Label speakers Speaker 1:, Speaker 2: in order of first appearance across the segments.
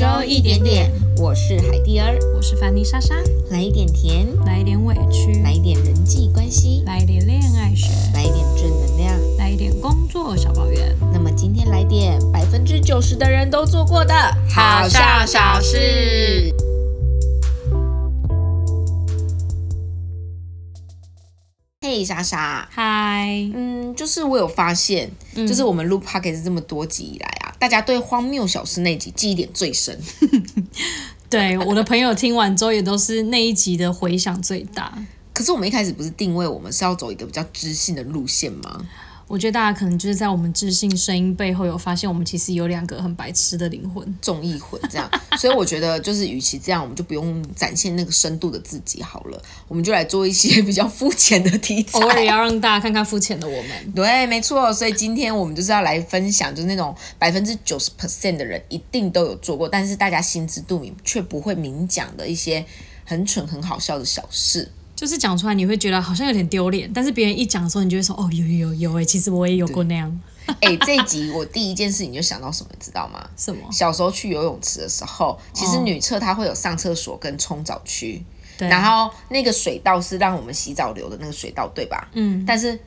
Speaker 1: 高一点点。我是海蒂儿，
Speaker 2: 我是凡妮莎莎，
Speaker 1: 来一点甜，
Speaker 2: 来一点委屈，
Speaker 1: 来一点人际关系，
Speaker 2: 来一点恋爱学，
Speaker 1: 来一点正能量。
Speaker 2: 来一点工作小抱怨。
Speaker 1: 那么今天来点百分之九十的人都做过的
Speaker 2: 好笑小事。
Speaker 1: 嘿，莎莎，
Speaker 2: 嗨，
Speaker 1: 嗯，就是我有发现，就是我们录 p o c k e t 这么多集以来啊，大家对荒谬小事那集记忆点最深。
Speaker 2: 对我的朋友听完之后也都是那一集的回响最大。
Speaker 1: 可是我们一开始不是定位我们是要走一个比较知性的路线吗？
Speaker 2: 我觉得大家可能就是在我们知性声音背后有发现，我们其实有两个很白痴的灵魂。
Speaker 1: 众议混这样， 所以我觉得就是，与其这样，我们就不用展现那个深度的自己好了，我们就来做一些比较肤浅的题材
Speaker 2: 偶。尔也要让大家看看肤浅的我们。
Speaker 1: 对，没错，所以今天我们就是要来分享，就是那种百分之九十 percent 的人一定都有做过，但是大家心知肚明却不会明讲的一些很蠢、很好笑的 小事。
Speaker 2: 就是讲出来你会觉得好像有点丢脸，但是别人一讲的时候，你就会说哦有有有有哎、其实我也有过那样。
Speaker 1: 哎、这一集我第一件事情就想到什么，你知道吗？
Speaker 2: 什么？
Speaker 1: 小时候去游泳池的时候，其实
Speaker 2: 哦
Speaker 1: 女厕它会有上厕所跟冲澡区，
Speaker 2: 对，
Speaker 1: 然后那个水道是让我们洗澡流的那个水道，对吧？
Speaker 2: 嗯，
Speaker 1: 但是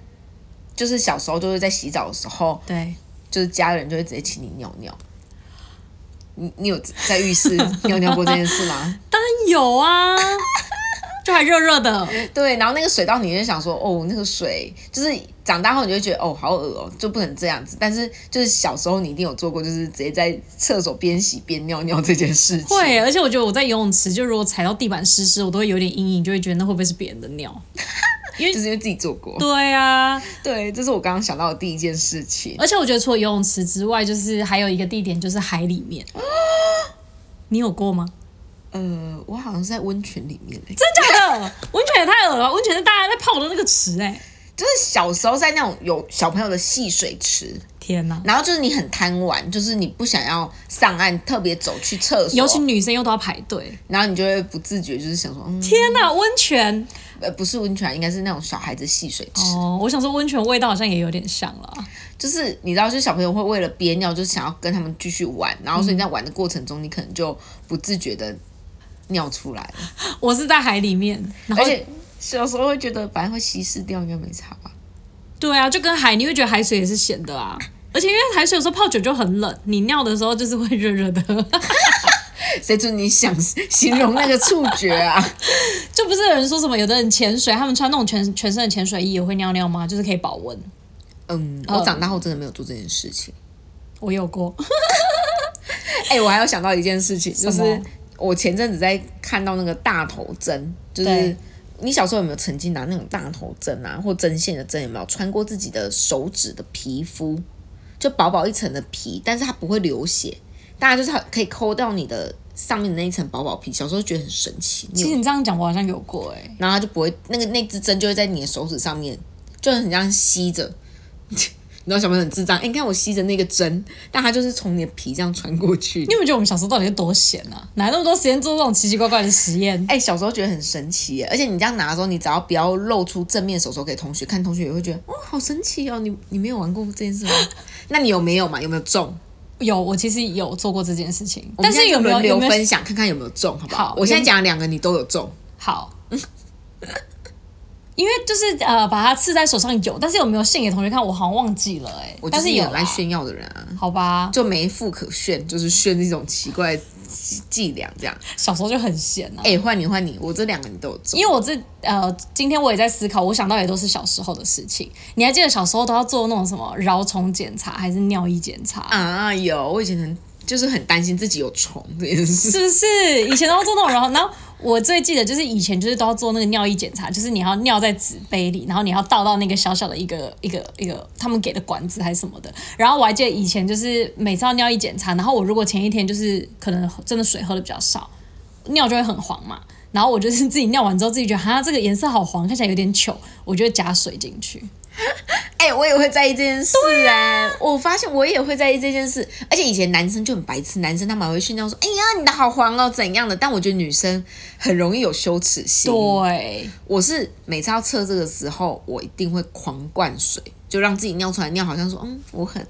Speaker 1: 就是小时候就是在洗澡的时候，
Speaker 2: 对，
Speaker 1: 就是家人就会直接请你尿尿。你你有在浴室尿尿过这件事吗？
Speaker 2: 当然有 啊，就还热热的。
Speaker 1: 对，然后那个水道你就想说，哦，那个水就是长大后你就会觉得，哦，好恶哦，就不能这样子。但是就是小时候你一定有做过，就是直接在厕所边洗边尿尿这件事情。
Speaker 2: 会，啊而且我觉得我在游泳池，就如果踩到地板湿湿，我都会有点阴影，就会觉得那会不会是别人的尿？
Speaker 1: 就是因为自己做过。
Speaker 2: 对啊，
Speaker 1: 对，这是我刚刚想到的第一件事情。
Speaker 2: 而且我觉得除了游泳池之外，就是还有一个地点 就是海里面。你有过吗？
Speaker 1: 呃，我好像是在温泉里面、欸，
Speaker 2: 真假的？ 温泉也太恶了吧！温泉是大家在泡的那个池哎、
Speaker 1: 就是小时候在那种有小朋友的戏水池，
Speaker 2: 天哪！
Speaker 1: 然后就是你很贪玩，就是你不想要上岸，特别走去厕所，
Speaker 2: 尤其女生又都要排队，
Speaker 1: 然后你就会不自觉就是想说，嗯，
Speaker 2: 天哪！温泉
Speaker 1: 呃，不是温泉，应该是那种小孩子戏水池，
Speaker 2: 哦，我想说温泉味道好像也有点像了。
Speaker 1: 就是你知道，就是小朋友会为了憋尿，就是想要跟他们继续玩，然后所以你在玩的过程中，你可能就不自觉的尿出来了，
Speaker 2: 我是在海里面，然后
Speaker 1: 而且小时候会觉得反正会稀释掉，应该没差吧。
Speaker 2: 对啊，就跟海，你会觉得海水也是咸的啊。而且因为海水有时候泡久就很冷，你尿的时候就是会热热的，
Speaker 1: 谁准你想形容那个触觉啊？
Speaker 2: 就不是有人说什么有的人潜水，他们穿那种全全身的潜水衣也会尿尿吗？就是可以保温。
Speaker 1: 嗯，我长大后真的没有做这件事情。
Speaker 2: 我有过，
Speaker 1: 哎、我还有想到一件事情，就
Speaker 2: 什
Speaker 1: 是
Speaker 2: 么
Speaker 1: 我前阵子在看到那个大头针，就是
Speaker 2: 对
Speaker 1: 你小时候有没有曾经拿那种大头针啊，或针线的针，有没有穿过自己的手指的皮肤，就薄薄一层的皮，但是它不会流血，大家就是它可以抠到你的上面的那一层薄薄皮，小时候觉得很神奇，你
Speaker 2: 其实
Speaker 1: 有
Speaker 2: 你这样讲，我好像有过哎、欸，
Speaker 1: 然后它就不会那个那支针就会在你的手指上面，就很像吸着。 你知道小朋友很智障，哎、你看我吸着那个针，但它就是从你的皮这样穿过去
Speaker 2: 你。有没有觉得我们小时候到底是多闲啊？哪来那么多时间做这种奇奇怪怪的实验？
Speaker 1: 哎、小时候觉得很神奇耶，而且你这样拿的时候，你只要不要露出正面手手给同学看，同学也会觉得哦，好神奇哦。你你没有玩过这件事吗？那你有没有嘛？有没有中？
Speaker 2: 有，我其实有做过这件事情，
Speaker 1: 我们
Speaker 2: 但是
Speaker 1: 现在
Speaker 2: 有
Speaker 1: 就
Speaker 2: 没有
Speaker 1: 轮
Speaker 2: 有
Speaker 1: 流
Speaker 2: 没有
Speaker 1: 分享，看看有没有中，好不
Speaker 2: 好
Speaker 1: 我现在
Speaker 2: 有
Speaker 1: 讲两个，你都有中。
Speaker 2: 好？ 因为就是呃，把它刺在手上有，但是有没有献给同学看，我好像忘记了哎、
Speaker 1: 我就
Speaker 2: 但
Speaker 1: 是
Speaker 2: 有
Speaker 1: 很
Speaker 2: 啦
Speaker 1: 爱炫耀的人啊，
Speaker 2: 好吧，
Speaker 1: 就没富可炫，就是炫这种奇怪的伎伎俩这样。
Speaker 2: 小时候就很闲啊。
Speaker 1: 哎、换你换你，我这两个你都有中。
Speaker 2: 因为我这呃，今天我也在思考，我想到也都是小时候的事情。你还记得小时候都要做那种什么蛲虫检查还是尿液检查？
Speaker 1: 啊，有，我以前很就是很担心自己有虫这件事。
Speaker 2: 是不是？以前都要做那种，然后然后我最记得就是以前就是都要做那个尿液检查，就是你要尿在纸杯里，然后你要倒到那个小小的一个 一个一个他们给的管子还是什么的。然后我还记得以前就是每次要尿液检查，然后我如果前一天就是可能真的水喝的比较少，尿就会很黄嘛。然后我就是自己尿完之后，自己觉得哈这个颜色好黄，看起来有点糗，我就会加水进去。
Speaker 1: 哎、我也会在意这件事哎、我发现我也会在意这件事，而且以前男生就很白痴，男生他们还会炫耀说：“哎呀，你的好黄哦，怎样的？”但我觉得女生很容易有羞耻心。
Speaker 2: 对，
Speaker 1: 我是每次要测这个时候，我一定会狂灌水，就让自己尿出来尿，好像说：“嗯，我很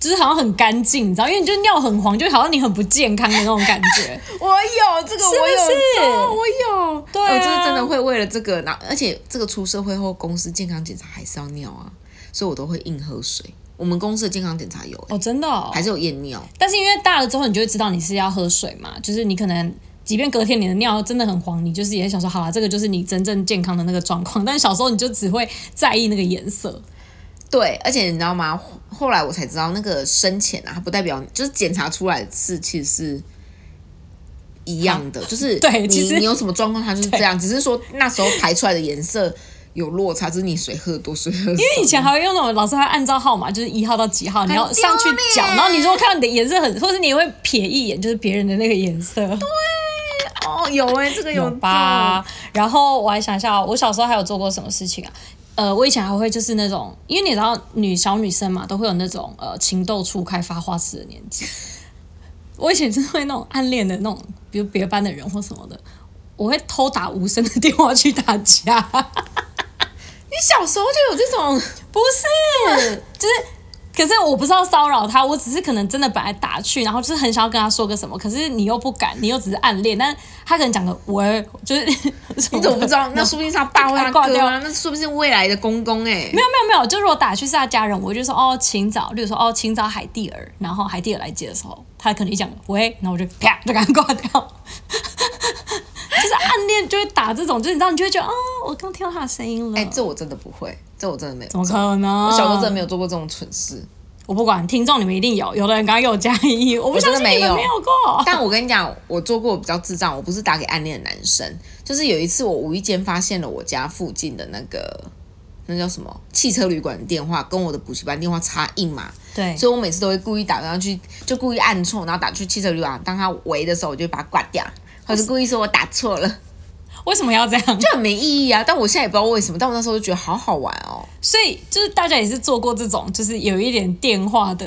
Speaker 2: 就是好像很干净，你知道，因为你就尿很黄，就好像你很不健康的那种感觉。
Speaker 1: 我有这个，我有
Speaker 2: 是不是
Speaker 1: 中我有，
Speaker 2: 对啊
Speaker 1: 我就是真的会为了这个，然后而且这个出社会后，公司健康检查还是要尿啊，所以我都会硬喝水。我们公司的健康检查有、欸
Speaker 2: 哦，真的、哦。
Speaker 1: 还是有验尿，
Speaker 2: 但是因为大了之后，你就会知道你是要喝水嘛，就是你可能。即便隔天你的尿真的很黄，你就是也想说，好了，这个就是你真正健康的那个状况。但小时候你就只会在意那个颜色，
Speaker 1: 对，而且你知道吗？后后来我才知道，那个深浅啊，它不代表就是检查出来的是其实是一样的，就是
Speaker 2: 对其
Speaker 1: 你
Speaker 2: 实
Speaker 1: 你有什么状况，它就是这样，只是说那时候排出来的颜色有落差，只是你水喝多，水喝少。因
Speaker 2: 因为以前还会用那种老师会按照号码，就是一号到几号，你要
Speaker 1: 很丢
Speaker 2: 上去缴，
Speaker 1: 脸
Speaker 2: 然后你如果看到你的颜色很，或是你会瞥一眼，就是别人的那个颜色，
Speaker 1: 哦，有哎、这个有
Speaker 2: 有吧？然后我还想一下哦，我小时候还有做过什么事情啊？呃，我以前还会就是那种，因为你知道女小女生嘛，都会有那种呃情窦初开发花痴的年纪。 我以前就是会那种暗恋的那种，比如别班的人或什么的，我会偷打无声的电话去打架。
Speaker 1: 你小时候就有这种，
Speaker 2: 不是，就是，可是我不是要骚扰他，我只是可能真的本来打趣，然后就是很想要跟他说个什么，可是你又不敢，你又只是暗恋，但他可能讲个我就是
Speaker 1: 你怎么不知道？那说不定是他爸或他
Speaker 2: 挂
Speaker 1: 哥
Speaker 2: 掉
Speaker 1: 啊，那说不定是未来的公公哎、
Speaker 2: 没有没有没有，就如果打趣是他家人，我就说哦，请找，例如说哦，请找海蒂尔，然后海蒂尔来接的时候，他可能一讲喂，然后我就啪就赶快挂掉。 就是暗恋就会打这种，就是你知道，你就会觉得啊、我刚听到他的声音了。
Speaker 1: 哎、这我真的不会，这我真的没有
Speaker 2: 怎么
Speaker 1: 做，
Speaker 2: 可能？
Speaker 1: 我小时候真的没有做过这种蠢事。
Speaker 2: 我不管，听众你们一定有，有的人刚刚给我加一，我不相信你们没有过。
Speaker 1: 但我跟你讲，我做过比较智障，我不是打给暗恋的男生，就是有一次我无意间发现了我家附近的那个那叫什么汽车旅馆的电话，跟我的补习班电话差一码，
Speaker 2: 对，
Speaker 1: 所以我每次都会故意打电话去，就故意按错，然后打去汽车旅馆，当他围的时候，我就把它挂掉，或是故意说我打错了，
Speaker 2: 为什么要这样？
Speaker 1: 就很没意义啊。但我现在也不知道为什么，但我那时候就觉得好好玩哦。
Speaker 2: 所以就是大家也是做过这种，就是有一点电话的，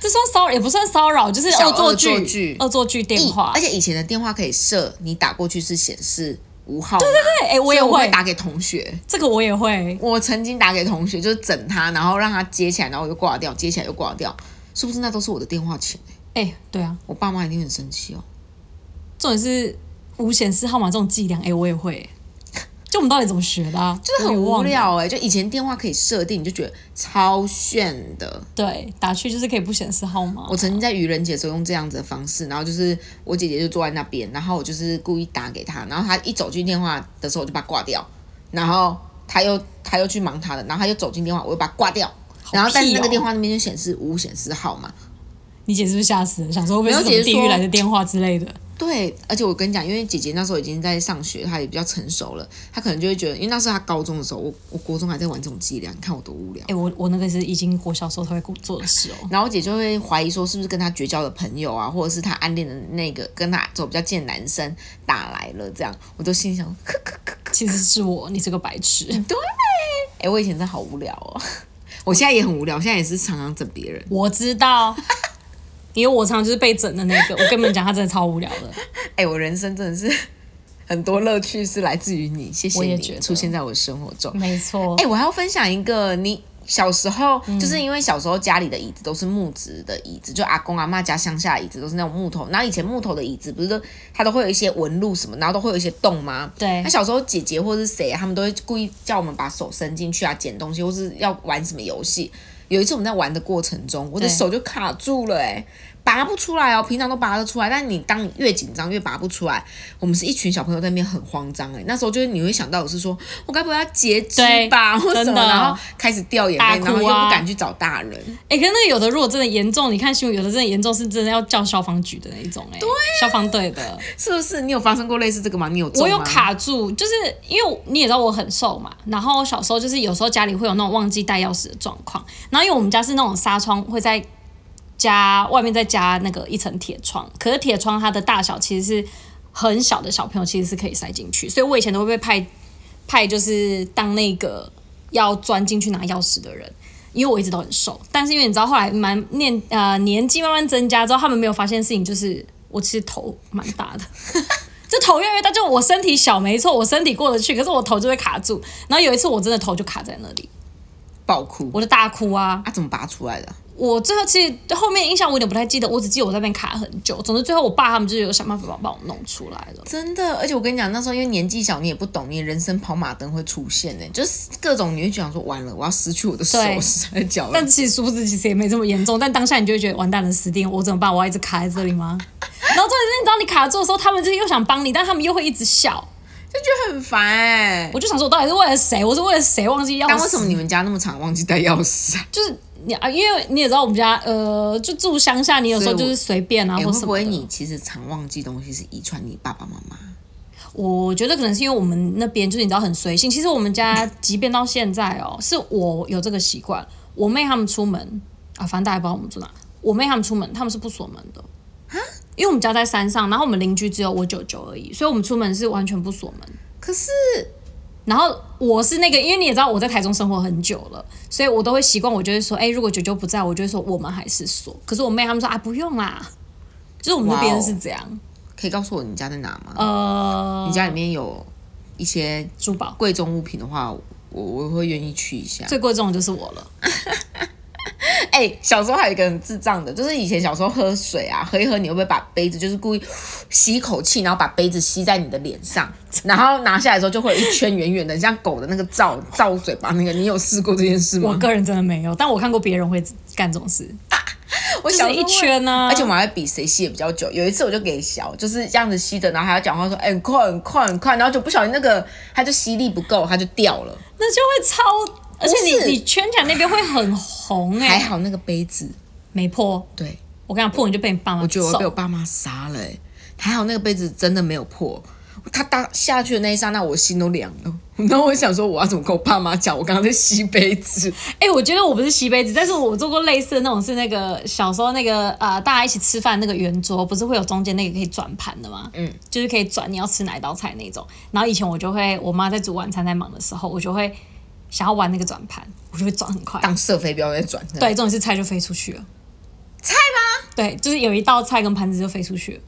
Speaker 2: 这算骚扰也不算骚扰，就是
Speaker 1: 小
Speaker 2: 恶作
Speaker 1: 恶作剧
Speaker 2: 恶作剧电
Speaker 1: 以
Speaker 2: 话
Speaker 1: 而。且以前的电话可以设，你打过去是显示无号码，对对
Speaker 2: 对，哎，我也
Speaker 1: 我
Speaker 2: 会
Speaker 1: 会打给同学。
Speaker 2: 这个，我也会。
Speaker 1: 我曾经打给同学，就是整他，然后让他接起来，然后我就挂掉，接起来又挂掉，是不是那都是我的电话钱？
Speaker 2: 哎，对啊，
Speaker 1: 我爸妈一定很生气哦。
Speaker 2: 重点是无显示号码这种伎俩，哎，我也会。就我们到底怎么学的、啊？
Speaker 1: 就是很
Speaker 2: 我也忘
Speaker 1: 无
Speaker 2: 了。
Speaker 1: 聊哎、就以前电话可以设定，你就觉得超炫的。
Speaker 2: 对，打去就是可以不显示号码
Speaker 1: 我。曾经在愚人节的时候用这样子的方式，然后就是我姐姐就坐在那边，然后我就是故意打给她，然后她一走进电话的时候我就把她挂掉，然后她又她又去忙她的，然后她又走进电话，我又把她挂掉，然后但是那个电话那边就显示无显示号码，
Speaker 2: 你姐是不是吓死了？想说会不会是
Speaker 1: 没
Speaker 2: 什
Speaker 1: 有
Speaker 2: 么地
Speaker 1: 姐说
Speaker 2: 狱来的电话之类的？
Speaker 1: 对，而且我跟你讲，因为姐姐那时候已经在上学，她也比较成熟了，她可能就会觉得，因为那时候她高中的时候，我我国中还在玩这种伎俩，你看我多无聊。
Speaker 2: 哎、我我那个是已经国小时候才会做的事哦。
Speaker 1: 然后我姐就会怀疑说，是不是跟她绝交的朋友啊，或者是她暗恋的那个跟她走比较近的男生打来了，这样我都心想，咳咳咳咳，
Speaker 2: 其实是我，你是个白痴。
Speaker 1: 哎、我以前真的好无聊哦， 我现在也很无聊，我现在也是常常整别人。
Speaker 2: 我知道， 因为我常常就是被整的那个。我跟你们讲，他真的超无聊的。
Speaker 1: 哎、我人生真的是 很多乐趣是来自于你，谢谢
Speaker 2: 我也
Speaker 1: 你
Speaker 2: 觉得
Speaker 1: 出现在我的生活中。
Speaker 2: 没错
Speaker 1: 哎、，我还要分享一个，你小时候、
Speaker 2: 嗯
Speaker 1: 就是因为小时候家里的椅子都是木质的椅子，就阿公阿妈家乡下的椅子都是那种木头，然后以前木头的椅子不是都它都会有一些纹路什么，然后都会有一些洞吗？
Speaker 2: 对
Speaker 1: 那小时候姐姐或是谁啊，他们都会故意叫我们把手伸进去啊，捡东西或是要玩什么游戏。有一次我们在玩的过程中，我的
Speaker 2: 对
Speaker 1: 手就卡住了、哎，拔不出来哦。平常都拔得出来，但你当你越紧张越拔不出来。我们是一群小朋友在那边很慌张，哎，那时候就是你会想到我是说，我该不会要截肢
Speaker 2: 对
Speaker 1: 吧，或什
Speaker 2: 真
Speaker 1: 么，
Speaker 2: 的
Speaker 1: 然后开始掉眼
Speaker 2: 大
Speaker 1: 泪，
Speaker 2: 哭啊
Speaker 1: 然后又不敢去找大人。
Speaker 2: 哎、可是那个有的如果真的严重，你看新闻，有的真的严重是真的要叫消防局的那一种、哎，对、消防队的。
Speaker 1: 是不是？你有发生过类似这个吗？你有中吗
Speaker 2: 我有，卡住，就是因为你也知道我很瘦嘛，然后小时候就是有时候家里会有那种忘记带钥匙的状况，然后因为我们家是那种纱窗会在加外面再加那个一层铁窗，可是铁窗它的大小其实是很小的小朋友其实是可以塞进去，所以我以前都会被派派就是当那个要钻进去拿钥匙的人。因为我一直都很瘦，但是因为你知道，后来蛮年呃年纪慢慢增加之后，他们没有发现事情，就是我其实头蛮大的，就头越来越大，就我身体小没错，我身体过得去，可是我头就会卡住。然后有一次我真的头就卡在那里，
Speaker 1: 爆哭
Speaker 2: 我就大哭啊！
Speaker 1: 啊！怎么拔出来的？
Speaker 2: 我最后其实后面印象我有点不太记得，我只记得我在那边卡很久。总之最后我爸他们就是有想办法把把我弄出来了。
Speaker 1: 真的，而且我跟你讲，那时候因为年纪小，你也不懂，你人生跑马灯会出现呢、就是各种你会想说，完了，我要失去我的手
Speaker 2: 对
Speaker 1: 手脚了
Speaker 2: 但。其实殊不知其实也没这么严重，但当下你就会觉得完蛋了，死定了，我怎么办？我要一直卡在这里吗？然后重点是，你知道你卡住的时候，他们就是又想帮你，但他们又会一直笑。
Speaker 1: 就觉得很烦哎、
Speaker 2: 我就想说，我到底是为了谁？我是为了谁忘记钥匙？
Speaker 1: 但为什么你们家那么常忘记带钥匙啊？
Speaker 2: 就是你啊？因为你也知道我们家呃，就住乡下，你有时候就是随便啊，
Speaker 1: 哎
Speaker 2: 或
Speaker 1: 会
Speaker 2: 什
Speaker 1: 不
Speaker 2: 么
Speaker 1: 会
Speaker 2: 的。
Speaker 1: 你其实常忘记东西是遗传你爸爸妈妈？
Speaker 2: 我觉得可能是因为我们那边就是你知道很随性。其实我们家即便到现在哦，是我有这个习惯，我妹他们出门啊，反正大家也不知道我们住哪，我妹他们出门他们是不锁门的。因为我们家在山上，然后我们邻居只有我舅舅而已，所以我们出门是完全不锁门。
Speaker 1: 可是
Speaker 2: 然后我是那个，因为你也知道我在台中生活很久了，所以我都会习惯，我就会说，哎、如果舅舅不在，我就会说我们还是锁。可是我妹他们说啊，不用啦，就是我们那
Speaker 1: 哇
Speaker 2: 边
Speaker 1: 哦
Speaker 2: 是这样。
Speaker 1: 可以告诉我你家在哪吗？
Speaker 2: 呃，
Speaker 1: 你家里面有一些
Speaker 2: 珠宝
Speaker 1: 贵重物品的话，我我会愿意去一下。
Speaker 2: 最贵重的就是我了。
Speaker 1: 哎、小时候还有一个很智障的，就是以前小时候喝水啊，喝一喝，你会不会把杯子就是故意吸一口气，然后把杯子吸在你的脸 上，然后拿下来的时候就会有一圈圆圆的，像狗的那个罩罩嘴巴那个，你有试过这件事
Speaker 2: 我
Speaker 1: 吗？
Speaker 2: 个人真的没有，但我看过别人会干这种事，
Speaker 1: 我
Speaker 2: 就是
Speaker 1: 时候
Speaker 2: 一
Speaker 1: 会
Speaker 2: 圈呢、
Speaker 1: 而且我们还会比谁吸的比较久。有一次我就给小，就是这样子吸着，然后还要讲话说：“哎、很快，很快，很快。”然后就不小心那个他就吸力不够，他就掉了。
Speaker 2: 那就会超，而且
Speaker 1: 不是
Speaker 2: 你你圈起来那边会很红哎、
Speaker 1: 还好那个杯子，
Speaker 2: 没破。
Speaker 1: 对
Speaker 2: 我跟你讲，破你就被你爸妈
Speaker 1: 我觉得我被
Speaker 2: 揍
Speaker 1: 我爸妈杀了、哎还好那个杯子真的没有破。他打下去的那一刹那，我心都凉了。 然后我想说，我要怎么跟我爸妈讲？我刚刚在吸杯 子，
Speaker 2: 哎、我觉得我不是吸杯子，但是我做过类似的那种，是那个小时候那个呃，大家一起吃饭那个圆桌，不是会有中间那个可以转盘的吗？嗯，就是可以转你要吃哪一道菜那种。然后以前我就会，我妈在煮晚餐在忙的时候，我就会想要玩那个转盘，我就会转很快。
Speaker 1: 当射飞镖在转。
Speaker 2: 对，，重点是菜就飞出去了。
Speaker 1: 菜吗？
Speaker 2: 对，就是有一道菜跟盘子就飞出去了。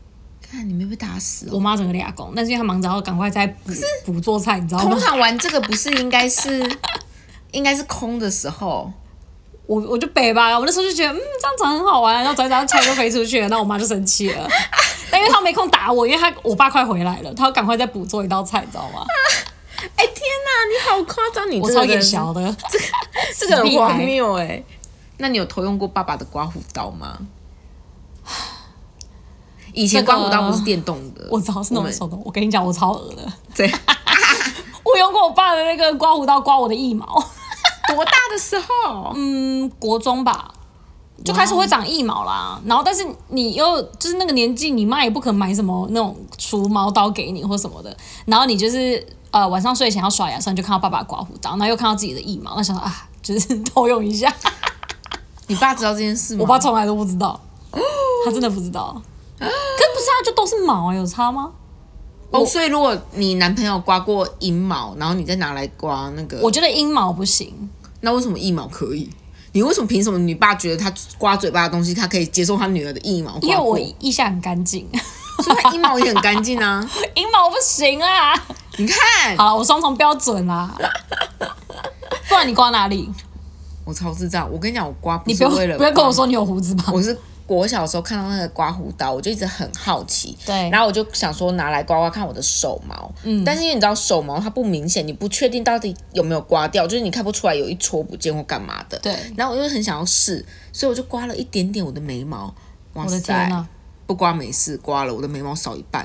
Speaker 1: 看你没被打死哦。
Speaker 2: 我妈整个俩工，但是因为她忙着要赶快再补补做菜，你知道吗
Speaker 1: 通？常玩这个不是应该是应该是空的时候，
Speaker 2: 我我就北吧，我那时候就觉得嗯，这样子很好玩，然后转一转菜就飞出去了，那我妈就生气 了。但因为她没空打我，因为她我爸快回来了，她要赶快再补做一道菜，你知道吗？
Speaker 1: 哎、天哪，你好夸张！你
Speaker 2: 我
Speaker 1: 这
Speaker 2: 超
Speaker 1: 个人
Speaker 2: 眼小的，
Speaker 1: 这个很
Speaker 2: 屁孩
Speaker 1: 荒谬哎、那你有偷用过爸爸的刮胡刀吗？ 以前
Speaker 2: 这
Speaker 1: 刮
Speaker 2: 个
Speaker 1: 胡刀不是电动的，
Speaker 2: 我知道是那种
Speaker 1: 我们
Speaker 2: 手动。我跟你讲，我超恶的，
Speaker 1: 对，
Speaker 2: 我用过我爸的那个刮胡刀刮我的腋毛，
Speaker 1: 多大的时候？
Speaker 2: 嗯，国中吧。就开始会长腋毛啦，然后但是你又就是那个年纪，你妈也不肯买什么那种除毛刀给你或什么的，然后你就是呃晚上睡前要刷牙的时候，你就看到爸爸刮胡刀，然后又看到自己的腋毛，那想说啊，就是 偷用一下。
Speaker 1: 你爸知道这件事吗？
Speaker 2: 我爸从来都不知道，他真的不知道。可不是啊，就都是毛啊，有差吗？
Speaker 1: 哦，所以如果你男朋友刮过阴毛，然后你再拿来刮那个，
Speaker 2: 我觉得阴毛不行，
Speaker 1: 那为什么一毛可以？你为什么凭什么你爸觉得他刮嘴巴的东西，他可以接受他女儿的一毛
Speaker 2: 因为
Speaker 1: 刮
Speaker 2: 我
Speaker 1: 过？
Speaker 2: 腋下很干净，
Speaker 1: 所以他阴毛也很干净 啊！
Speaker 2: 阴毛不行啊。
Speaker 1: 你看，
Speaker 2: 好，我双重标准啦。不然你刮哪里？
Speaker 1: 我超智障！我跟你讲，我刮不
Speaker 2: 你不
Speaker 1: 是
Speaker 2: 要
Speaker 1: 为了
Speaker 2: 不要跟
Speaker 1: 刮
Speaker 2: 我说你有胡子吧？
Speaker 1: 我是国小的时候看到那个刮胡刀，我就一直很好奇，
Speaker 2: 对
Speaker 1: 然后我就想说拿来刮刮看我的手毛，嗯，但是因为你知道手毛它不明显，你不确定到底有没有刮掉，就是你看不出来有一撮不见或干嘛的，
Speaker 2: 对
Speaker 1: 然后我就很想要试，所以我就刮了一点点我的眉毛，哇
Speaker 2: 我
Speaker 1: 塞，
Speaker 2: 的天啊呐、
Speaker 1: 不刮没事，刮了我的眉毛少一半。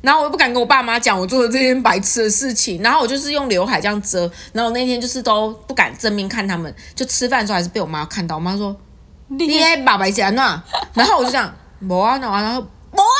Speaker 1: 然后我又不敢跟我爸妈讲我做的这件白痴的事情，然后我就是用刘海这样遮，然后我那天就是都不敢正面看他们，就吃饭的时候还是被我妈看到，我妈说你
Speaker 2: 你
Speaker 1: 还把白夹呢？然后我就这样，没啊，然后然后没啊，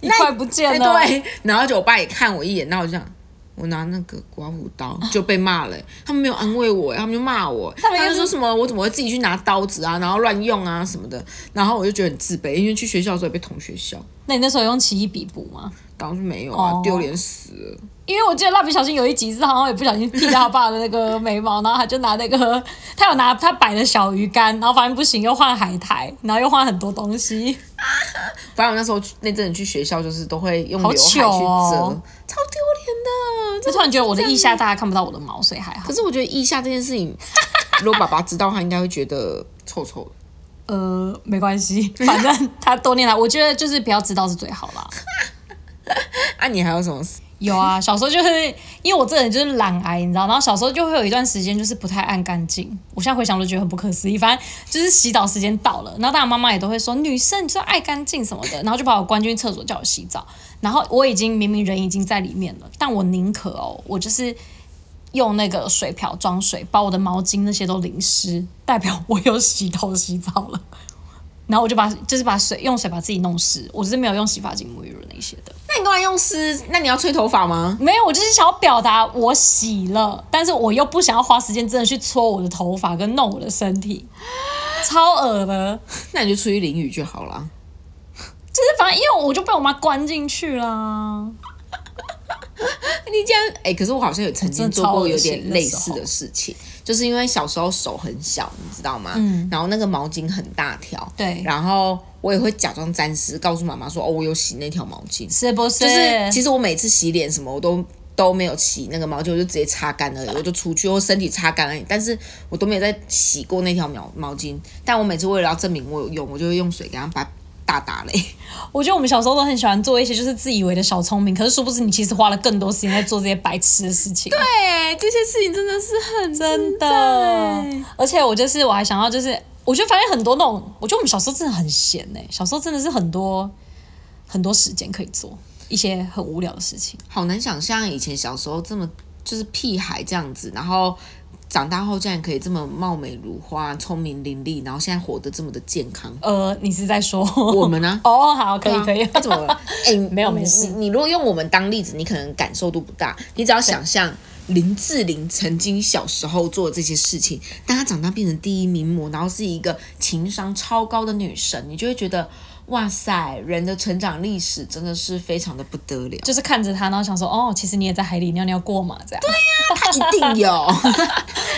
Speaker 2: 你快不见
Speaker 1: 哎
Speaker 2: 了，
Speaker 1: 对，然后就我爸也看我一眼，然后我就这样，我拿那个刮胡刀 就被骂了、他们没有安慰我、他们就骂我，
Speaker 2: 他们
Speaker 1: 就
Speaker 2: 就是
Speaker 1: 说什么我怎么会自己去拿刀子啊，然后乱用啊什么的，然后我就觉得很自卑，因为去学校的时候也被同学笑，
Speaker 2: 那你那时候有用奇异笔补吗？
Speaker 1: 当时没有啊
Speaker 2: 哦，
Speaker 1: 丢脸死了。
Speaker 2: 因为我记得蜡笔小新有一集是好像也不小心剃掉他爸的那个眉毛， 然后他就拿那个他有拿他摆的小鱼干，然后发现不行又换海苔，然后又换很多东 西，
Speaker 1: 反正我那时候去那阵子去学校就是都会用
Speaker 2: 好
Speaker 1: 刘海
Speaker 2: 糗
Speaker 1: 去遮，
Speaker 2: 哦
Speaker 1: 超丢脸的。
Speaker 2: 就突然觉得我的腋下大家看不到我的毛，所以还好
Speaker 1: 可。是我觉得腋下这件事情，如果爸爸知道，他应该会觉得臭臭的。
Speaker 2: 呃，没关系，反 正他多念他，我觉得就是不要知道是最好啦。
Speaker 1: 啊，你还有什么事？
Speaker 2: 有啊，小时候就是因为我这个人就是懒癌，你知道，然后小时候就会有一段时间就是不太爱干净。我现在回想都觉得很不可思议，反正就是洗澡时间到了，然后当然妈妈也都会说女生就是爱干净什么的，然后就把我关进厕所叫我洗澡，然后我已经明明人已经在里面了，但我宁可哦，我就是用那个水瓢装水，把我的毛巾那些都淋湿，代表我有洗头洗澡了。然后我就把就是把水用水把自己弄湿，我是没有用洗发精、沐浴乳那些的。
Speaker 1: 那你刚才用湿，那你要吹头发吗？
Speaker 2: 没有，我就是想要表达我洗了，但是我又不想要花时间真的去搓我的头发跟弄我的身 体，超恶的。
Speaker 1: 那你就出去淋雨就好了。
Speaker 2: 就是反正因为我就被我妈关进去啦，
Speaker 1: 你这样，哎、可是我好像有曾经
Speaker 2: 真的
Speaker 1: 做
Speaker 2: 超
Speaker 1: 过
Speaker 2: 恶
Speaker 1: 有
Speaker 2: 心
Speaker 1: 点
Speaker 2: 那
Speaker 1: 类
Speaker 2: 时
Speaker 1: 似
Speaker 2: 候
Speaker 1: 的事情，就是因为小时候手很小，你知道吗？然后那个毛巾很大条，
Speaker 2: 对
Speaker 1: 然后我也会假装沾湿，告诉妈妈说，哦，我有洗那条毛巾。
Speaker 2: 是不是？
Speaker 1: 就是其实我每次洗脸什么，我都都没有洗那个毛巾，我就直接擦干而已，我就出去或身体擦干而已，但是我都没有再洗过那条毛毛巾。但我每次为了要证明我有用，我就会用水给它把大打雷。
Speaker 2: 我觉得我们小时候都很喜欢做一些就是自以为的小聪明，可是殊不知你其实花了更多时间在做这些白痴的事情。啊
Speaker 1: 对，欸这些事情真的是很
Speaker 2: 真的。而且我就是我还想要就是，我就发现很多那种，我觉得我们小时候真的很闲呢、小时候真的是很多很多时间可以做一些很无聊的事情。
Speaker 1: 好难想象以前小时候这么就是屁孩这样子，然后长大后竟然可以这么貌美如花、聪明伶俐，然后现在活得这么的健康。
Speaker 2: 呃，你是在说
Speaker 1: 我们 呢？
Speaker 2: 哦，好，可以可以
Speaker 1: 那、，怎么 了？哎、
Speaker 2: 没有没事
Speaker 1: 你你你如果用我们当例子，你可能感受度不大，你只要想象。林志玲曾经小时候做这些事情，但她长大变成第一名模，然后是一个情商超高的女神，你就会觉得哇塞，人的成长历史真的是非常的不得了。
Speaker 2: 就是看着他，然后想说，哦，其实你也在海里尿尿过嘛，这样。对，
Speaker 1: 她 一定有。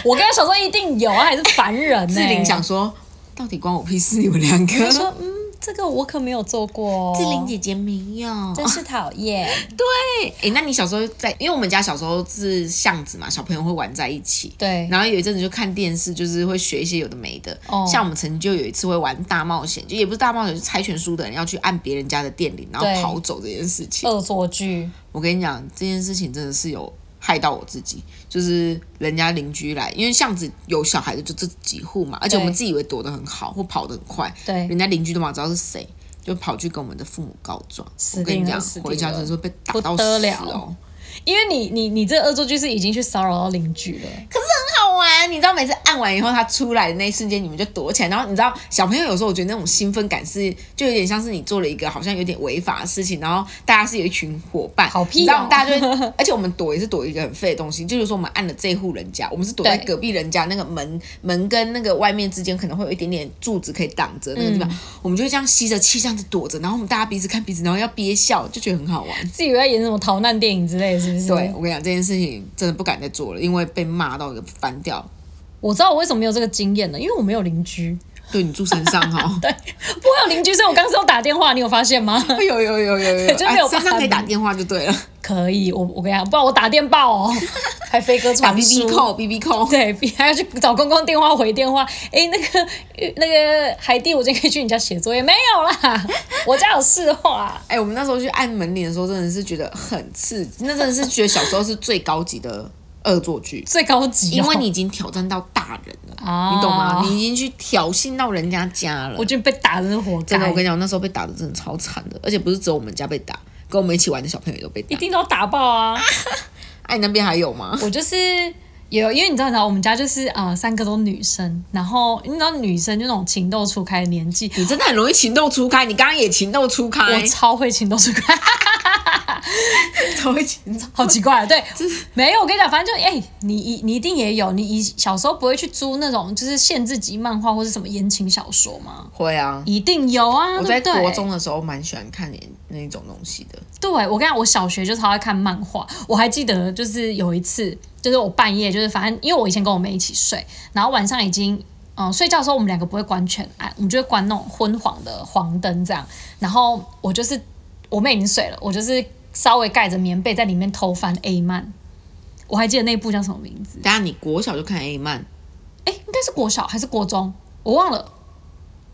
Speaker 2: 我跟他小时候一定有，啊还是烦人呢、
Speaker 1: 志玲想说，到底关我屁事？你们两个？
Speaker 2: 他说，嗯，这个我可没有做过、哦。
Speaker 1: 志玲姐姐没有。
Speaker 2: 真是讨厌。
Speaker 1: 对，哎、那你小时候在，因为我们家小时候是巷子嘛，小朋友会玩在一起。
Speaker 2: 对
Speaker 1: 然后有一阵子就看电视，就是会学一些有的没的。
Speaker 2: 哦
Speaker 1: 像我们曾经就有一次会玩大冒险，就也不是大冒险，就是猜拳输的人要去按别人家的店里，然后
Speaker 2: 对
Speaker 1: 跑走这件事 情。
Speaker 2: 恶作剧，
Speaker 1: 我跟你讲，这件事情真的是有害到我自己，就是人家邻居来，因为巷子有小孩的就这几户嘛，而且我们
Speaker 2: 对
Speaker 1: 自以为躲得很好或跑得很快，
Speaker 2: 对
Speaker 1: 人家邻居都嘛知道是谁，就跑去跟我们的父母告状。
Speaker 2: 死
Speaker 1: 我跟
Speaker 2: 定
Speaker 1: 你
Speaker 2: 了
Speaker 1: 讲
Speaker 2: 死，定
Speaker 1: 回家
Speaker 2: 了
Speaker 1: 真的是被打到
Speaker 2: 不
Speaker 1: 死
Speaker 2: 得
Speaker 1: 哦、
Speaker 2: 了因为你你你这个恶作剧是已经去骚扰到邻居了。
Speaker 1: 可是很好玩，你知道每次按完以后，他出来的那一瞬间，你们就躲起来。然后你知道，小朋友有时候我觉得那种兴奋感是，就有点像是你做了一个好像有点违法的事情，然后大家是有一群伙伴，
Speaker 2: 好屁哦
Speaker 1: 你知道，大家就会，而且我们躲也是躲一个很废的东西，就是说我们按了这户人家，我们是躲在
Speaker 2: 对
Speaker 1: 隔壁人家那个门门跟那个外面之间可能会有一点点柱子可以挡着那个地
Speaker 2: 嗯
Speaker 1: 方，我们就会这样吸着气这样子躲着，然后我们大家彼此看彼此，然后要憋笑，就觉得很好玩。
Speaker 2: 自以为在演什么逃难电影之类，是不是？
Speaker 1: 对，，我跟你讲这件事情真的不敢再做了，因为被骂到一个翻掉。
Speaker 2: 我知道我为什么没有这个经验了，因为我没有邻居。
Speaker 1: 对你住山上哦哈、
Speaker 2: 对，不过我有邻居，所以我刚刚是有打电话，你有发现吗？
Speaker 1: 有有有有有，
Speaker 2: 就没有
Speaker 1: 啊山
Speaker 2: 办
Speaker 1: 上
Speaker 2: 法
Speaker 1: 可以打
Speaker 2: 比
Speaker 1: 电话就对了，
Speaker 2: 可以，我我跟你讲，不然我打电报 哦，还飞鸽
Speaker 1: 打
Speaker 2: 传
Speaker 1: B
Speaker 2: 书
Speaker 1: B。扣 B B 扣。
Speaker 2: 对，比还要去找公共电话回电话。哎，那个那个海蒂，我今天可以去你家写作业没有啦？我家有事话。，
Speaker 1: 哎、我们那时候去按门铃的时候，真的是觉得很刺激，那真的是觉得小时候是最高级的恶作剧
Speaker 2: 最高级、哦
Speaker 1: 因为你已经挑战到大人了，
Speaker 2: 啊
Speaker 1: 你懂吗？你已经去挑衅到人家家了
Speaker 2: 我。觉得被打的是活该，
Speaker 1: 真的，我跟你讲，我那时候被打的真的超惨的，而且不是只有我们家被打，跟我们一起玩的小朋友也都被
Speaker 2: 一
Speaker 1: 打。
Speaker 2: 定都打爆啊！
Speaker 1: 哎、你那边还有吗？
Speaker 2: 我就是有，因为你知道，你知道我们家就是呃三个都女生，然后你知道女生就那种情窦初开的年纪，
Speaker 1: 你真的很容易情窦初开，你刚刚也情窦初开，
Speaker 2: 我超会情窦初开，
Speaker 1: 超会情窦。
Speaker 2: 好奇怪，啊对，没有，我跟你讲，反正就哎、你一你一定也有，你以小时候不会去租那种就是限制级漫画或是什么言情小说吗？
Speaker 1: 会啊，
Speaker 2: 一定有啊，
Speaker 1: 我在
Speaker 2: 对不对
Speaker 1: 国中的时候蛮喜欢看那一种东西的。
Speaker 2: 对我跟你讲，我小学就超爱看漫画，我还记得就是有一次，就是我半夜就是反正因为我以前跟我妹一起睡，然后晚上已经嗯、呃睡觉的时候我们两个不会关全暗，我们就会关那种昏黄的黄灯这样，然后我就是我妹已经睡了，我就是稍微盖着棉被在里面偷翻 A 漫。我还记得那部叫什么名字？
Speaker 1: 等下你国小就看 A 漫，
Speaker 2: 哎，应该是国小还是国中？我忘了，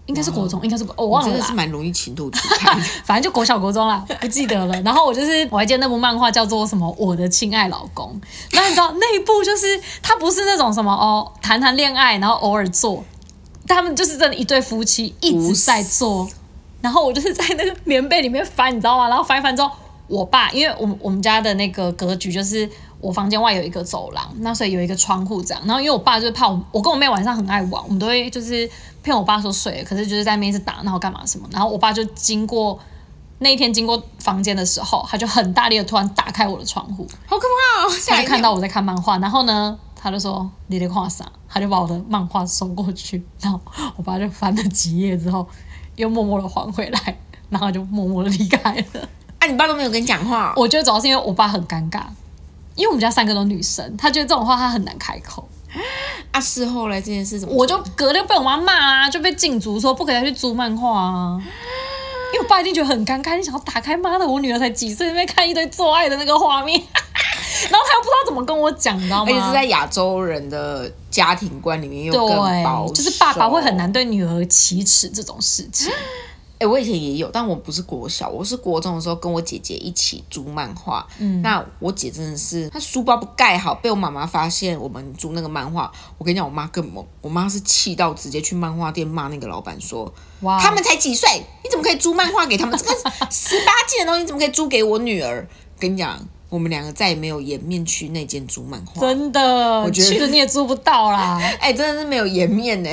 Speaker 2: 应该是国中，应该是国哦我忘
Speaker 1: 真
Speaker 2: 了
Speaker 1: 的
Speaker 2: 啦
Speaker 1: 是蛮容易情窦初开 的。
Speaker 2: 反正就国小国中啦，不记得了。然后我就是我还记得那部漫画叫做什么《我的亲爱老公》，然后你知道那一部就是它不是那种什么哦谈谈恋爱，然后偶尔做，他们就是真的一对夫妻一直在做。然后我就是在那个棉被里面翻， 你知道吗？然后翻一翻之后，我爸因为我们我们家的那个格局就是。我房间外有一个走廊，那所以有一个窗户这样。然后因为我爸就是怕我，我跟我妹晚上很爱玩，我们都会就是骗我爸说睡了，可是就是在那边一直打闹干嘛什么。然后我爸就经过那一天经过房间的时候，他就很大力的突然打开我的窗户，
Speaker 1: 好可怕哦！
Speaker 2: 他
Speaker 1: 吓一
Speaker 2: 就看
Speaker 1: 跳。
Speaker 2: 到我在看漫画，然后呢，他就说你在看啥？他就把我的漫画收过去， 然后我爸就翻了几页之后，又默默的还回来，然后就默默的离开 了。
Speaker 1: 啊，你爸都没有跟你讲话哦，
Speaker 2: 我觉得主要是因为我爸很尴尬，因为我们家三个都女生，他觉得这种话他很难开口。
Speaker 1: 啊，事后来这件事怎么？
Speaker 2: 我就隔天被我妈骂啊，就被禁足说不可以再去租漫画 啊。因为我爸一定觉得很尴尬，你想要打开妈的，我女儿才几岁，在那边看一堆做爱的那个画面， 然后他又不知道怎么跟我讲，你知道
Speaker 1: 而
Speaker 2: 吗？
Speaker 1: 且哎是在亚洲人的家庭观里面又更保守
Speaker 2: 对，就是爸爸会很难。对女儿启齿这种事 情。
Speaker 1: 哎、我以前也有，但我不是国小，我是国中的时候跟我姐姐一起租漫画。嗯，那我姐真的是，她书包不盖好，被我妈妈发现我们租那个漫画。我跟你讲，我妈更猛，我妈是气到直接去漫画店骂那个老板说：“
Speaker 2: 哇
Speaker 1: 他们才几岁，你怎么可以租漫画给他们？这个十八禁的东西怎么可以租给我女儿？”跟你讲，我们两个再也没有颜面去那间租漫画。
Speaker 2: 真的，
Speaker 1: 觉得
Speaker 2: 去了你也租不到 啦，
Speaker 1: 哎、真的是没有颜面呢、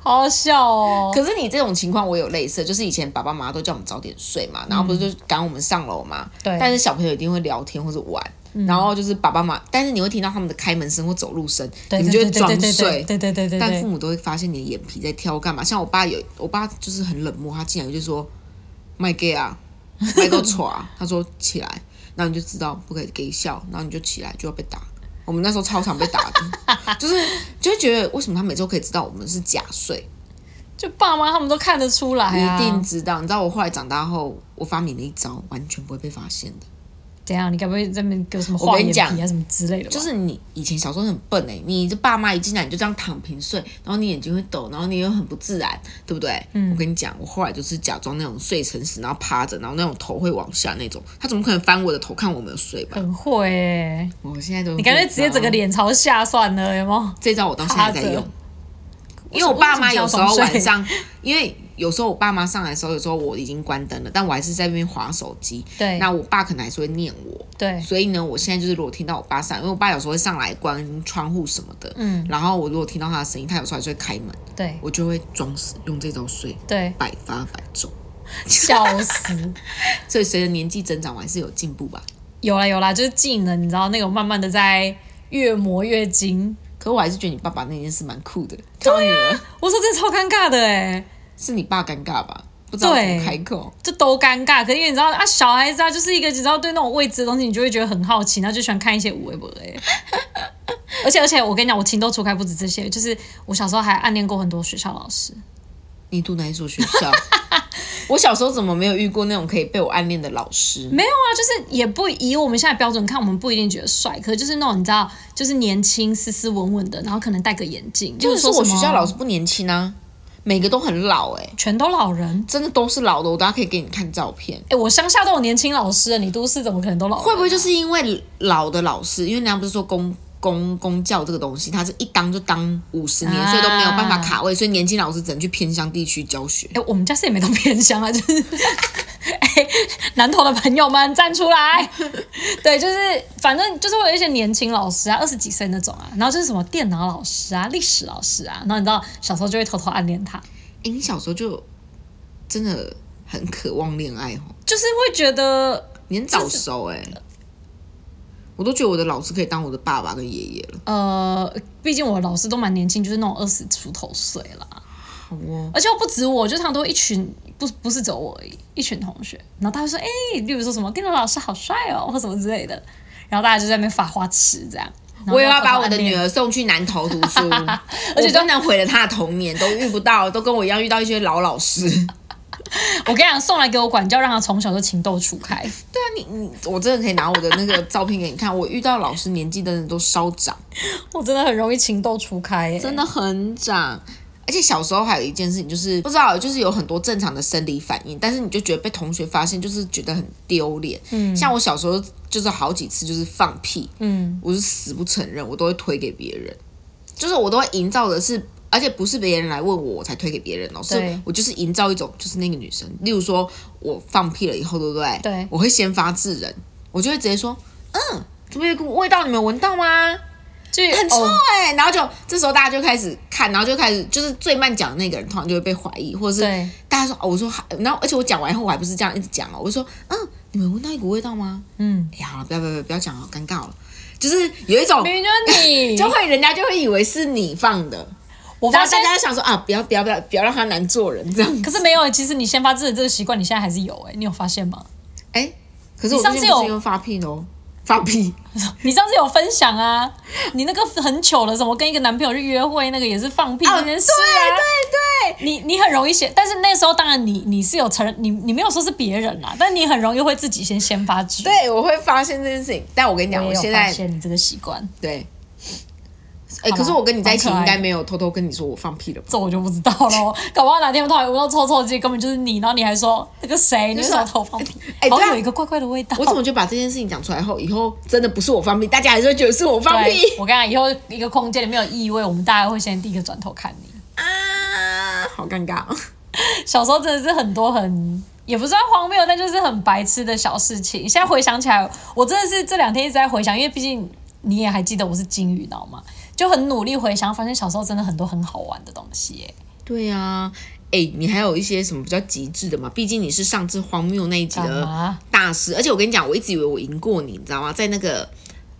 Speaker 2: 好好笑哦。
Speaker 1: 可是你这种情况，我有类似，就是以前爸爸妈妈都叫我们早点睡嘛，然后不是就赶我们上楼嘛。
Speaker 2: 对
Speaker 1: 但是小朋友一定会聊天或者玩，然后就是爸爸妈妈，但是你会听到他们的开门声或走路声，
Speaker 2: 对
Speaker 1: 你
Speaker 2: 对
Speaker 1: 就会
Speaker 2: 对对
Speaker 1: 装
Speaker 2: 对对
Speaker 1: 睡。
Speaker 2: 对对对对
Speaker 1: 但父
Speaker 2: 对，
Speaker 1: 母都会发现你的眼皮在挑干嘛？像我爸有，我爸就是很冷漠，他进来就说卖 gay 啊，卖个丑啊，他说起来，然后你就知道不可以给笑，然后你就起来就要被打。我们那时候超常被打的，就是就会觉得为什么他每周可以知道我们是假睡，
Speaker 2: 就爸妈他们都看得出来啊。
Speaker 1: 一定知道。你知道我后来长大后，我发明了一招，完全不会被发现的，
Speaker 2: 怎样？你该不会在那边给我什么
Speaker 1: 我
Speaker 2: 画
Speaker 1: 跟
Speaker 2: 眼
Speaker 1: 你
Speaker 2: 皮
Speaker 1: 讲
Speaker 2: 啊什么之类的吧？
Speaker 1: 就是你以前小时候很笨哎、你这爸妈一进来你就这样躺平睡，然后你眼睛会抖，然后你又很不自然，对不对？我跟你讲，我后来就是假装那种睡成死，然后趴着，然后那种头会往下那种，他怎么可能翻我的头看我有没有睡吧？
Speaker 2: 很会诶、
Speaker 1: 我啊现在都
Speaker 2: 你干脆直接整个脸朝下算了，有没有？
Speaker 1: 这招我到现在还在
Speaker 2: 趴着
Speaker 1: 用，因为我爸妈有时候晚
Speaker 2: 为什么
Speaker 1: 上，因为有时候我爸妈上来的时候，有时候我已经关灯了，但我还是在那边划手机。
Speaker 2: 对
Speaker 1: 那我爸可能还是会念我。
Speaker 2: 对
Speaker 1: 所以呢，我现在就是如果听到我爸上，因为我爸有时候会上来关窗户什么的，嗯，然后我如果听到他的声音，他有时候还是会开门，
Speaker 2: 对
Speaker 1: 我就会装死，用这招睡，
Speaker 2: 对，
Speaker 1: 百发百中。
Speaker 2: 笑死！
Speaker 1: 所以随着年纪增长，我还是有进步吧。
Speaker 2: 有啦有啦，就是技能，你知道那个慢慢的在越磨越精。
Speaker 1: 可我还是觉得你爸爸那件事蛮酷的，对啊女儿
Speaker 2: 我说这超尴尬的哎、
Speaker 1: 是你爸尴尬吧？不知道怎么开口。
Speaker 2: 这都尴尬。可是因为你知道啊，小孩子啊，就是一个你知道对那种未知的东西，你就会觉得很好奇，然后就喜欢看一些无微不 微。而且而且，我跟你讲，我情窦初开不止这些，就是我小时候还暗恋过很多学校老师。
Speaker 1: 你读哪一所学 校？我小时候怎么没有遇过那种可以被我暗恋的老师？
Speaker 2: 没有啊，就是也不以我们现在标准看，我们不一定觉得帅，可是就是那种你知道，就是年轻斯斯文文的，然后可能戴个眼镜，
Speaker 1: 就是
Speaker 2: 说
Speaker 1: 说我学校老
Speaker 2: 师
Speaker 1: 师不年轻啊，每个都很老哎、
Speaker 2: 全都老人。
Speaker 1: 真的都是老的，我等下可以给你看照片。
Speaker 2: 哎、我乡下都有年轻老师了，你都市怎么可能都老人啊？
Speaker 1: 会不会就是因为老的老师，因为人家不是说公公公教这个东西，他是一当就当五十年，
Speaker 2: 啊
Speaker 1: 所以都没有办法卡位，所以年轻老师只能去偏乡地区教学。
Speaker 2: 哎、我们家是也没到偏乡啊，就是， 哎、南投的朋友们站出来，对，就是反正就是会有一些年轻老师啊，二十几岁那种啊，然后就是什么电脑老师啊、历史老师啊，然后你知道小时候就会偷偷暗恋他，
Speaker 1: 哎、你小时候就真的很渴望恋爱哦，
Speaker 2: 就是会觉得，
Speaker 1: 你很早熟哎、我都觉得我的老师可以当我的爸爸跟爷爷了。
Speaker 2: 呃，毕竟我老师都蛮年轻，就是那种二十出头岁啦，
Speaker 1: 好哦，
Speaker 2: 而且又不止我，就常都一群不不是走我而已，一群同学，然后他会说，哎、例如说什么电脑老师好帅哦，或什么之类的，然后大家就在那边发花痴这样。然后
Speaker 1: 我也要
Speaker 2: 偷偷
Speaker 1: 把我的
Speaker 2: 暗恋
Speaker 1: 女儿送去南投读 书，而
Speaker 2: 且
Speaker 1: 且
Speaker 2: 都
Speaker 1: 都能毁了她的童年，都遇不到，都跟我一样遇到一些老老师。
Speaker 2: 我跟你讲，送来给我管教，让他从小就情窦初开。
Speaker 1: 对啊，你你我真的可以拿我的那个照片给你看，我遇到老师年纪真的都稍长，
Speaker 2: 我真的很容易情窦初开耶、欸
Speaker 1: 真的很长。而且小时候还有一件事情，就是不知道，就是有很多正常的生理反应，但是你就觉得被同学发现，就是觉得很丢脸。嗯，像我小时候就是好几次就是放屁，嗯，我是死不承认，我都会推给别人，就是我都会营造的是，而且不是别人来问我我才推给别人哦，是
Speaker 2: 对
Speaker 1: 我就是营造一种就是那个女生，例如说我放屁了以后，对不对？
Speaker 2: 对
Speaker 1: 我会先发制人，我就会直接说，嗯，怎么有一股味道？你们闻到吗？
Speaker 2: 就
Speaker 1: 很臭
Speaker 2: 哦
Speaker 1: 哎、然后就这时候大家就开始看，然后就开始就是最慢讲的那个人，通常就会被怀疑，或者是
Speaker 2: 对
Speaker 1: 大家说哦，我说，还，然后而且我讲完以后我还不是这样一直讲哦，我就说嗯，你们闻到一股味道吗？
Speaker 2: 嗯，
Speaker 1: 哎呀，好了，不要不要不要不要讲了，尴尬了，就是有一种
Speaker 2: 明明就是你，
Speaker 1: 就会人家就会以为是你放的，
Speaker 2: 我
Speaker 1: 然
Speaker 2: 发
Speaker 1: 后
Speaker 2: 现嗯
Speaker 1: 大，家就想说啊，不要不要不要不要让他难做人这样，
Speaker 2: 可是没有，其实你先发制人这个习惯，你现在还是有哎、你有发现吗？
Speaker 1: 哎、可是我
Speaker 2: 你上次
Speaker 1: 最近不是
Speaker 2: 有
Speaker 1: 又发屁喽，发 屁。
Speaker 2: 你上次有分享啊，你那个很糗的，什么跟一个男朋友去约会，那个也是放屁
Speaker 1: 哦
Speaker 2: 这件事啊。对对对，你你很容易先，但是那时候当然你你是有承认，你你没有说是别人啦，但你很容易会自己先先发制人。
Speaker 1: 对，我会发现这件事情，但我跟你讲，
Speaker 2: 我
Speaker 1: 我
Speaker 2: 也有
Speaker 1: 现
Speaker 2: 发
Speaker 1: 在
Speaker 2: 现你这个习惯，
Speaker 1: 对。哎、
Speaker 2: 好吧
Speaker 1: 可是我跟你在一起
Speaker 2: 蛮可爱
Speaker 1: 应
Speaker 2: 的
Speaker 1: 该没有偷偷跟你说我放屁了吧？
Speaker 2: 这我就不知道 喽。搞不好哪天我突然闻到臭臭鸡，根本就是你，然后你还说那个 谁，你为什么头放屁？
Speaker 1: 哎
Speaker 2: 好
Speaker 1: 对啊
Speaker 2: 像有一个怪怪的味道。
Speaker 1: 我怎么就把这件事情讲出来后，以后真的不是我放屁，大家还是会觉得是我放
Speaker 2: 对
Speaker 1: 屁
Speaker 2: 我跟你讲，以后一个空间里面有异味，我们大家会先第一个转头看你。
Speaker 1: 啊，好尴尬。
Speaker 2: 小时候真的是很多很。也不算荒谬，但就是很白痴的小事情。现在回想起来，我真的是这两天一直在回想，因为毕竟你也还记得我是金鱼脑嘛，就很努力回想，发现小时候真的很多很好玩的东西耶。
Speaker 1: 对呀、啊，哎、你还有一些什么比较极致的吗？毕竟你是上次荒谬那一集
Speaker 2: 干
Speaker 1: 的
Speaker 2: 嘛
Speaker 1: 大师，而且我跟你讲，我一直以为我赢过你，你知道吗？在那个。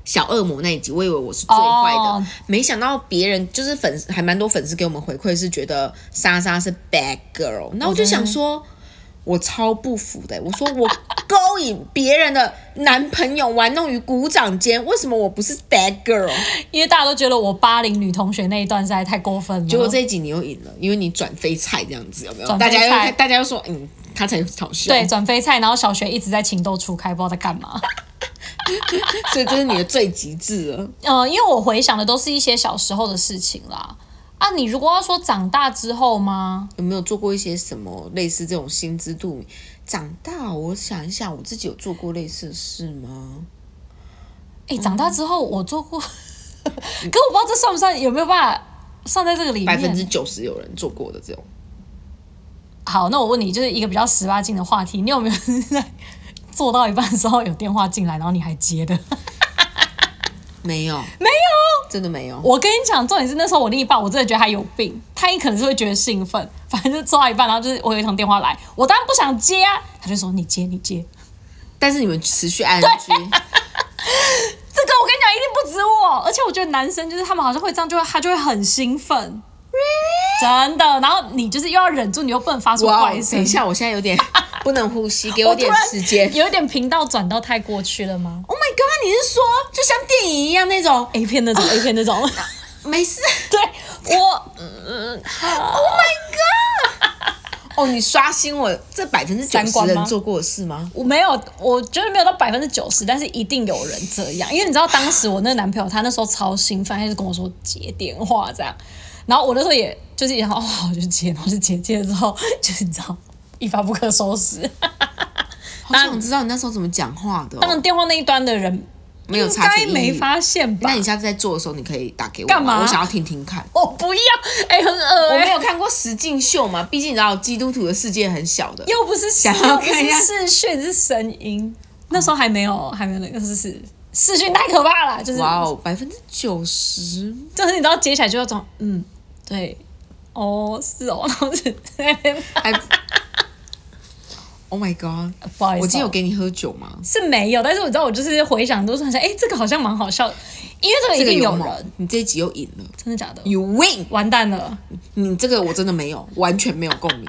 Speaker 1: 小恶魔那一集，我以为我是最坏的
Speaker 2: 哦
Speaker 1: 没想到别人就是粉丝，还蛮多粉丝给我们回馈是觉得莎莎是 bad girl，那我就想
Speaker 2: 嗯
Speaker 1: 说我超不服的、我说我勾引别人的男朋友，玩弄于股掌间，为什么我不是 bad girl？
Speaker 2: 因为大家都觉得我八零女同学那一段实在太过分了。
Speaker 1: 结果这一集你又赢了，因为你转飞菜这样子，有没有？
Speaker 2: 转
Speaker 1: 大
Speaker 2: 飞
Speaker 1: 家
Speaker 2: 菜
Speaker 1: 又大家又说，嗯，他才好笑。
Speaker 2: 对，转飞菜，然后小学一直在情窦初开，不知道在干嘛。
Speaker 1: 所以这是你的最极致了。
Speaker 2: 呃，因为我回想的都是一些小时候的事情啦。啊，你如果要说长大之后吗？
Speaker 1: 有没有做过一些什么类似这种心知肚明？长大，我想一下，我自己有做过类似的事吗？
Speaker 2: 哎、长大
Speaker 1: 哦
Speaker 2: 之后我做过， 可我不知道这算不算有没有办法算在这个里
Speaker 1: 百分之
Speaker 2: 面。
Speaker 1: 九十有人做过的这种。
Speaker 2: 好，那我问你，就是一个比较十八禁的话题，你有没 有在做到一半的时候有电话进来，然后你还接的？
Speaker 1: 没有，没有，真的没有。
Speaker 2: 我跟你讲，重点是那时候我另一半，我真的觉得他有病，他也可能是会觉得兴奋，反正就做到一半，然后就是我有一通电话来，我当然不想接啊，他就说你接你接，
Speaker 1: 但是你们持续 ing，
Speaker 2: 这个我跟你讲一定不止我，而且我觉得男生就是他们好像会这样，就会他就会很兴奋。真的，然后你就是又要忍住，你又不能发出
Speaker 1: 哇，哦
Speaker 2: 怪
Speaker 1: 等
Speaker 2: 声
Speaker 1: 一。下，我现在有点 不能呼吸，给我
Speaker 2: 我突
Speaker 1: 点
Speaker 2: 然
Speaker 1: 时间。
Speaker 2: 有点频道转到太过去了吗
Speaker 1: Oh my god！你是说就像电影一样那种？
Speaker 2: ？A 片那 种，A 片那种。
Speaker 1: 没事。
Speaker 2: 对我，
Speaker 1: 哦，你刷新我这百分之九
Speaker 2: 三
Speaker 1: 十
Speaker 2: 观吗
Speaker 1: 人做过的事吗？
Speaker 2: 我没有，我觉得没有到百分之九十，但是一定有人这样，因为你知道当时我那个男朋友他那时候超兴奋，他就跟我说接电话这样，然后我那时候也就是也想哦好我就接，然后就接接了之后就是你知道一发不可收拾。
Speaker 1: 好想知道你那时候怎么讲话的、
Speaker 2: 当
Speaker 1: 哦。
Speaker 2: 然电话那一端的人
Speaker 1: 没有
Speaker 2: 应
Speaker 1: 察觉
Speaker 2: 该
Speaker 1: 异议
Speaker 2: 没发现吧
Speaker 1: 那？你下次在做的时候，你可以打给我吗
Speaker 2: 干嘛
Speaker 1: 我想要听听看。
Speaker 2: 我不要，哎、很恶
Speaker 1: 我
Speaker 2: 心、
Speaker 1: 没有看过实境秀嘛，毕竟你知道基督徒的世界很小 的。
Speaker 2: 又不是
Speaker 1: 想要看一下
Speaker 2: 又不是视讯是声音，那时候还没有还没有那个是是视讯太可怕了，就是
Speaker 1: 哇哦，百分之九十，
Speaker 2: 就是你知道接起来就要种嗯对哦是哦， 然后就在那边
Speaker 1: 还哎 ，Oh my god！
Speaker 2: 不好意思哦，
Speaker 1: 我今天有给你喝酒吗？
Speaker 2: 是没有，但是我知道我就是回想都是很像，哎、这个好像蛮好笑的，因为这个一定有
Speaker 1: 这
Speaker 2: 人，
Speaker 1: 个猛你这一集又赢了
Speaker 2: 真的假的？
Speaker 1: ，You win！
Speaker 2: 完蛋了，
Speaker 1: 你这个我真的没有，完全没有共鸣。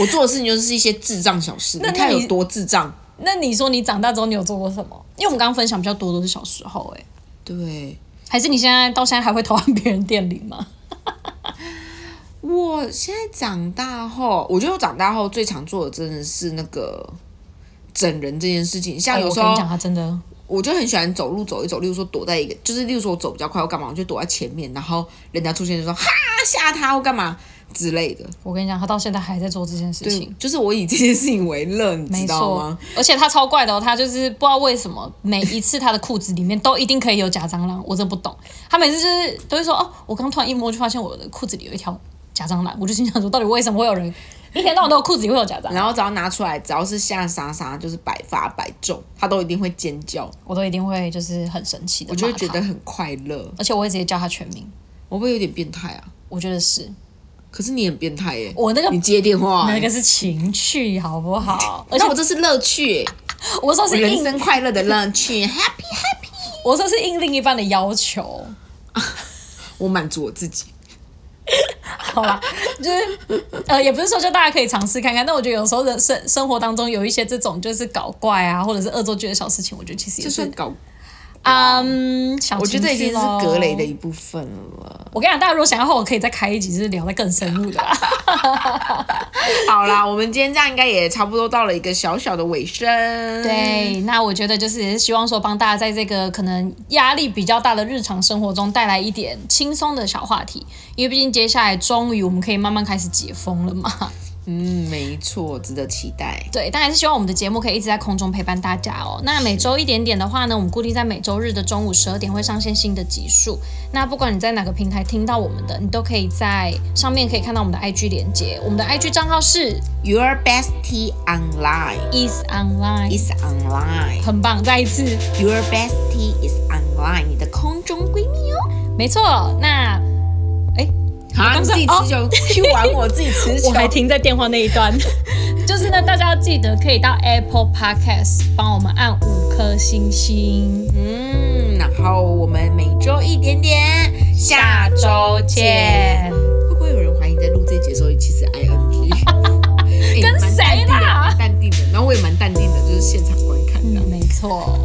Speaker 1: 我做的事情就是一些智障小事，你
Speaker 2: 那
Speaker 1: 看
Speaker 2: 你
Speaker 1: 有多智障。
Speaker 2: 那你说你长大之后你有做过什么？因为我们刚刚分享比较多都是小时候、哎。
Speaker 1: 对，
Speaker 2: 还是你现在到现在还会投按别人店里吗？
Speaker 1: 我现在长大后，我觉得我长大后最常做的真的是那个整人这件事情。像
Speaker 2: 哎
Speaker 1: 有
Speaker 2: 我
Speaker 1: 时
Speaker 2: 跟
Speaker 1: 候
Speaker 2: 你讲，他真的
Speaker 1: 我就很喜欢走路走一走，例如说躲在一个，就是例如说我走比较快，我干嘛，我就躲在前面，然后人家出现就说哈吓他或干嘛，之类的。
Speaker 2: 我跟你讲，他到现在还在做这件事
Speaker 1: 对
Speaker 2: 情，，
Speaker 1: 就是我以这件事情为乐，你
Speaker 2: 没
Speaker 1: 知道
Speaker 2: 错？。
Speaker 1: 吗
Speaker 2: 而且他超怪的哦，他就是不知道为什么每一次他的裤子里面都一定可以有假蟑螂，我真的不懂。他每次就是都会说哦，我刚突然一摸就发现我的裤子里有一条假蟑螂，我就心想说，到底为什么会有人一天到晚都有裤子里会有假蟑螂？
Speaker 1: 然后只要拿出来，只要是下沙沙，就是百发百中，他都一定会尖叫，
Speaker 2: 我都一定会就是很生气的，
Speaker 1: 我就会觉得，很快乐。
Speaker 2: 而且我会直接叫他啊全名，
Speaker 1: 我会不会有点变态啊，
Speaker 2: 我觉得是
Speaker 1: 可是你很变态耶、
Speaker 2: 我那个
Speaker 1: 你接电话、
Speaker 2: 那个是情趣，好不 好？而且
Speaker 1: 那我这是乐趣耶、
Speaker 2: 我说
Speaker 1: 我
Speaker 2: 是
Speaker 1: 人
Speaker 2: 应，
Speaker 1: 生快乐的乐趣，happy happy。
Speaker 2: 我说是应另一半的要 求，
Speaker 1: 我满足我自己，
Speaker 2: 好吧？就是呃，也不是说就大家可以尝试看看，但我觉得有时候人生生活当中有一些这种就是搞怪啊，或者是恶作剧的小事情，我觉得其实也
Speaker 1: 就是算搞，
Speaker 2: 嗯，小
Speaker 1: 我觉得这已经
Speaker 2: 情趣咯
Speaker 1: 是格雷的一部分了。
Speaker 2: 我跟你讲，大家如果想要的话，我可以再开一集，就是聊得更深入的啦。
Speaker 1: 好啦，我们今天这样应该也差不多到了一个小小的尾声。，
Speaker 2: 对，那我觉得就是也是希望说帮大家在这个可能压力比较大的日常生活中带来一点轻松的小话题，因为毕竟接下来终于我们可以慢慢开始解封了嘛。
Speaker 1: 嗯，没错，值得期待。
Speaker 2: 对，当然是希望我们的节目可以一直在空中陪伴大家哦。那每周一点点的话呢，我们固定在每周日的中午十二点会上线新的集数。那不管你在哪个平台听到我们的，你都可以在上面可以看到我们的 IG 连接，我们的 IG 账号是
Speaker 1: Your bestie online
Speaker 2: is online，
Speaker 1: is online。
Speaker 2: 很棒，再一次。
Speaker 1: Your bestie is online，你的空中闺蜜哦。
Speaker 2: 没错，那，哎，我
Speaker 1: 好，
Speaker 2: 刚
Speaker 1: 啊
Speaker 2: 说
Speaker 1: 你自己持久 Q 完哦 我自己持久
Speaker 2: 我。还停在电话那一 端。就是呢，大家要记得可以到 Apple Podcast 帮我们按五颗星星。
Speaker 1: 嗯，然后我们每周一点点，下周见。
Speaker 2: 见，
Speaker 1: 会不会有人怀疑你在录这节的时候其实 ing？欸
Speaker 2: 跟谁
Speaker 1: 蛮淡定的
Speaker 2: 啦
Speaker 1: 蛮淡定的，然后我也蛮淡定的，就是现场观看的。
Speaker 2: 嗯，没错。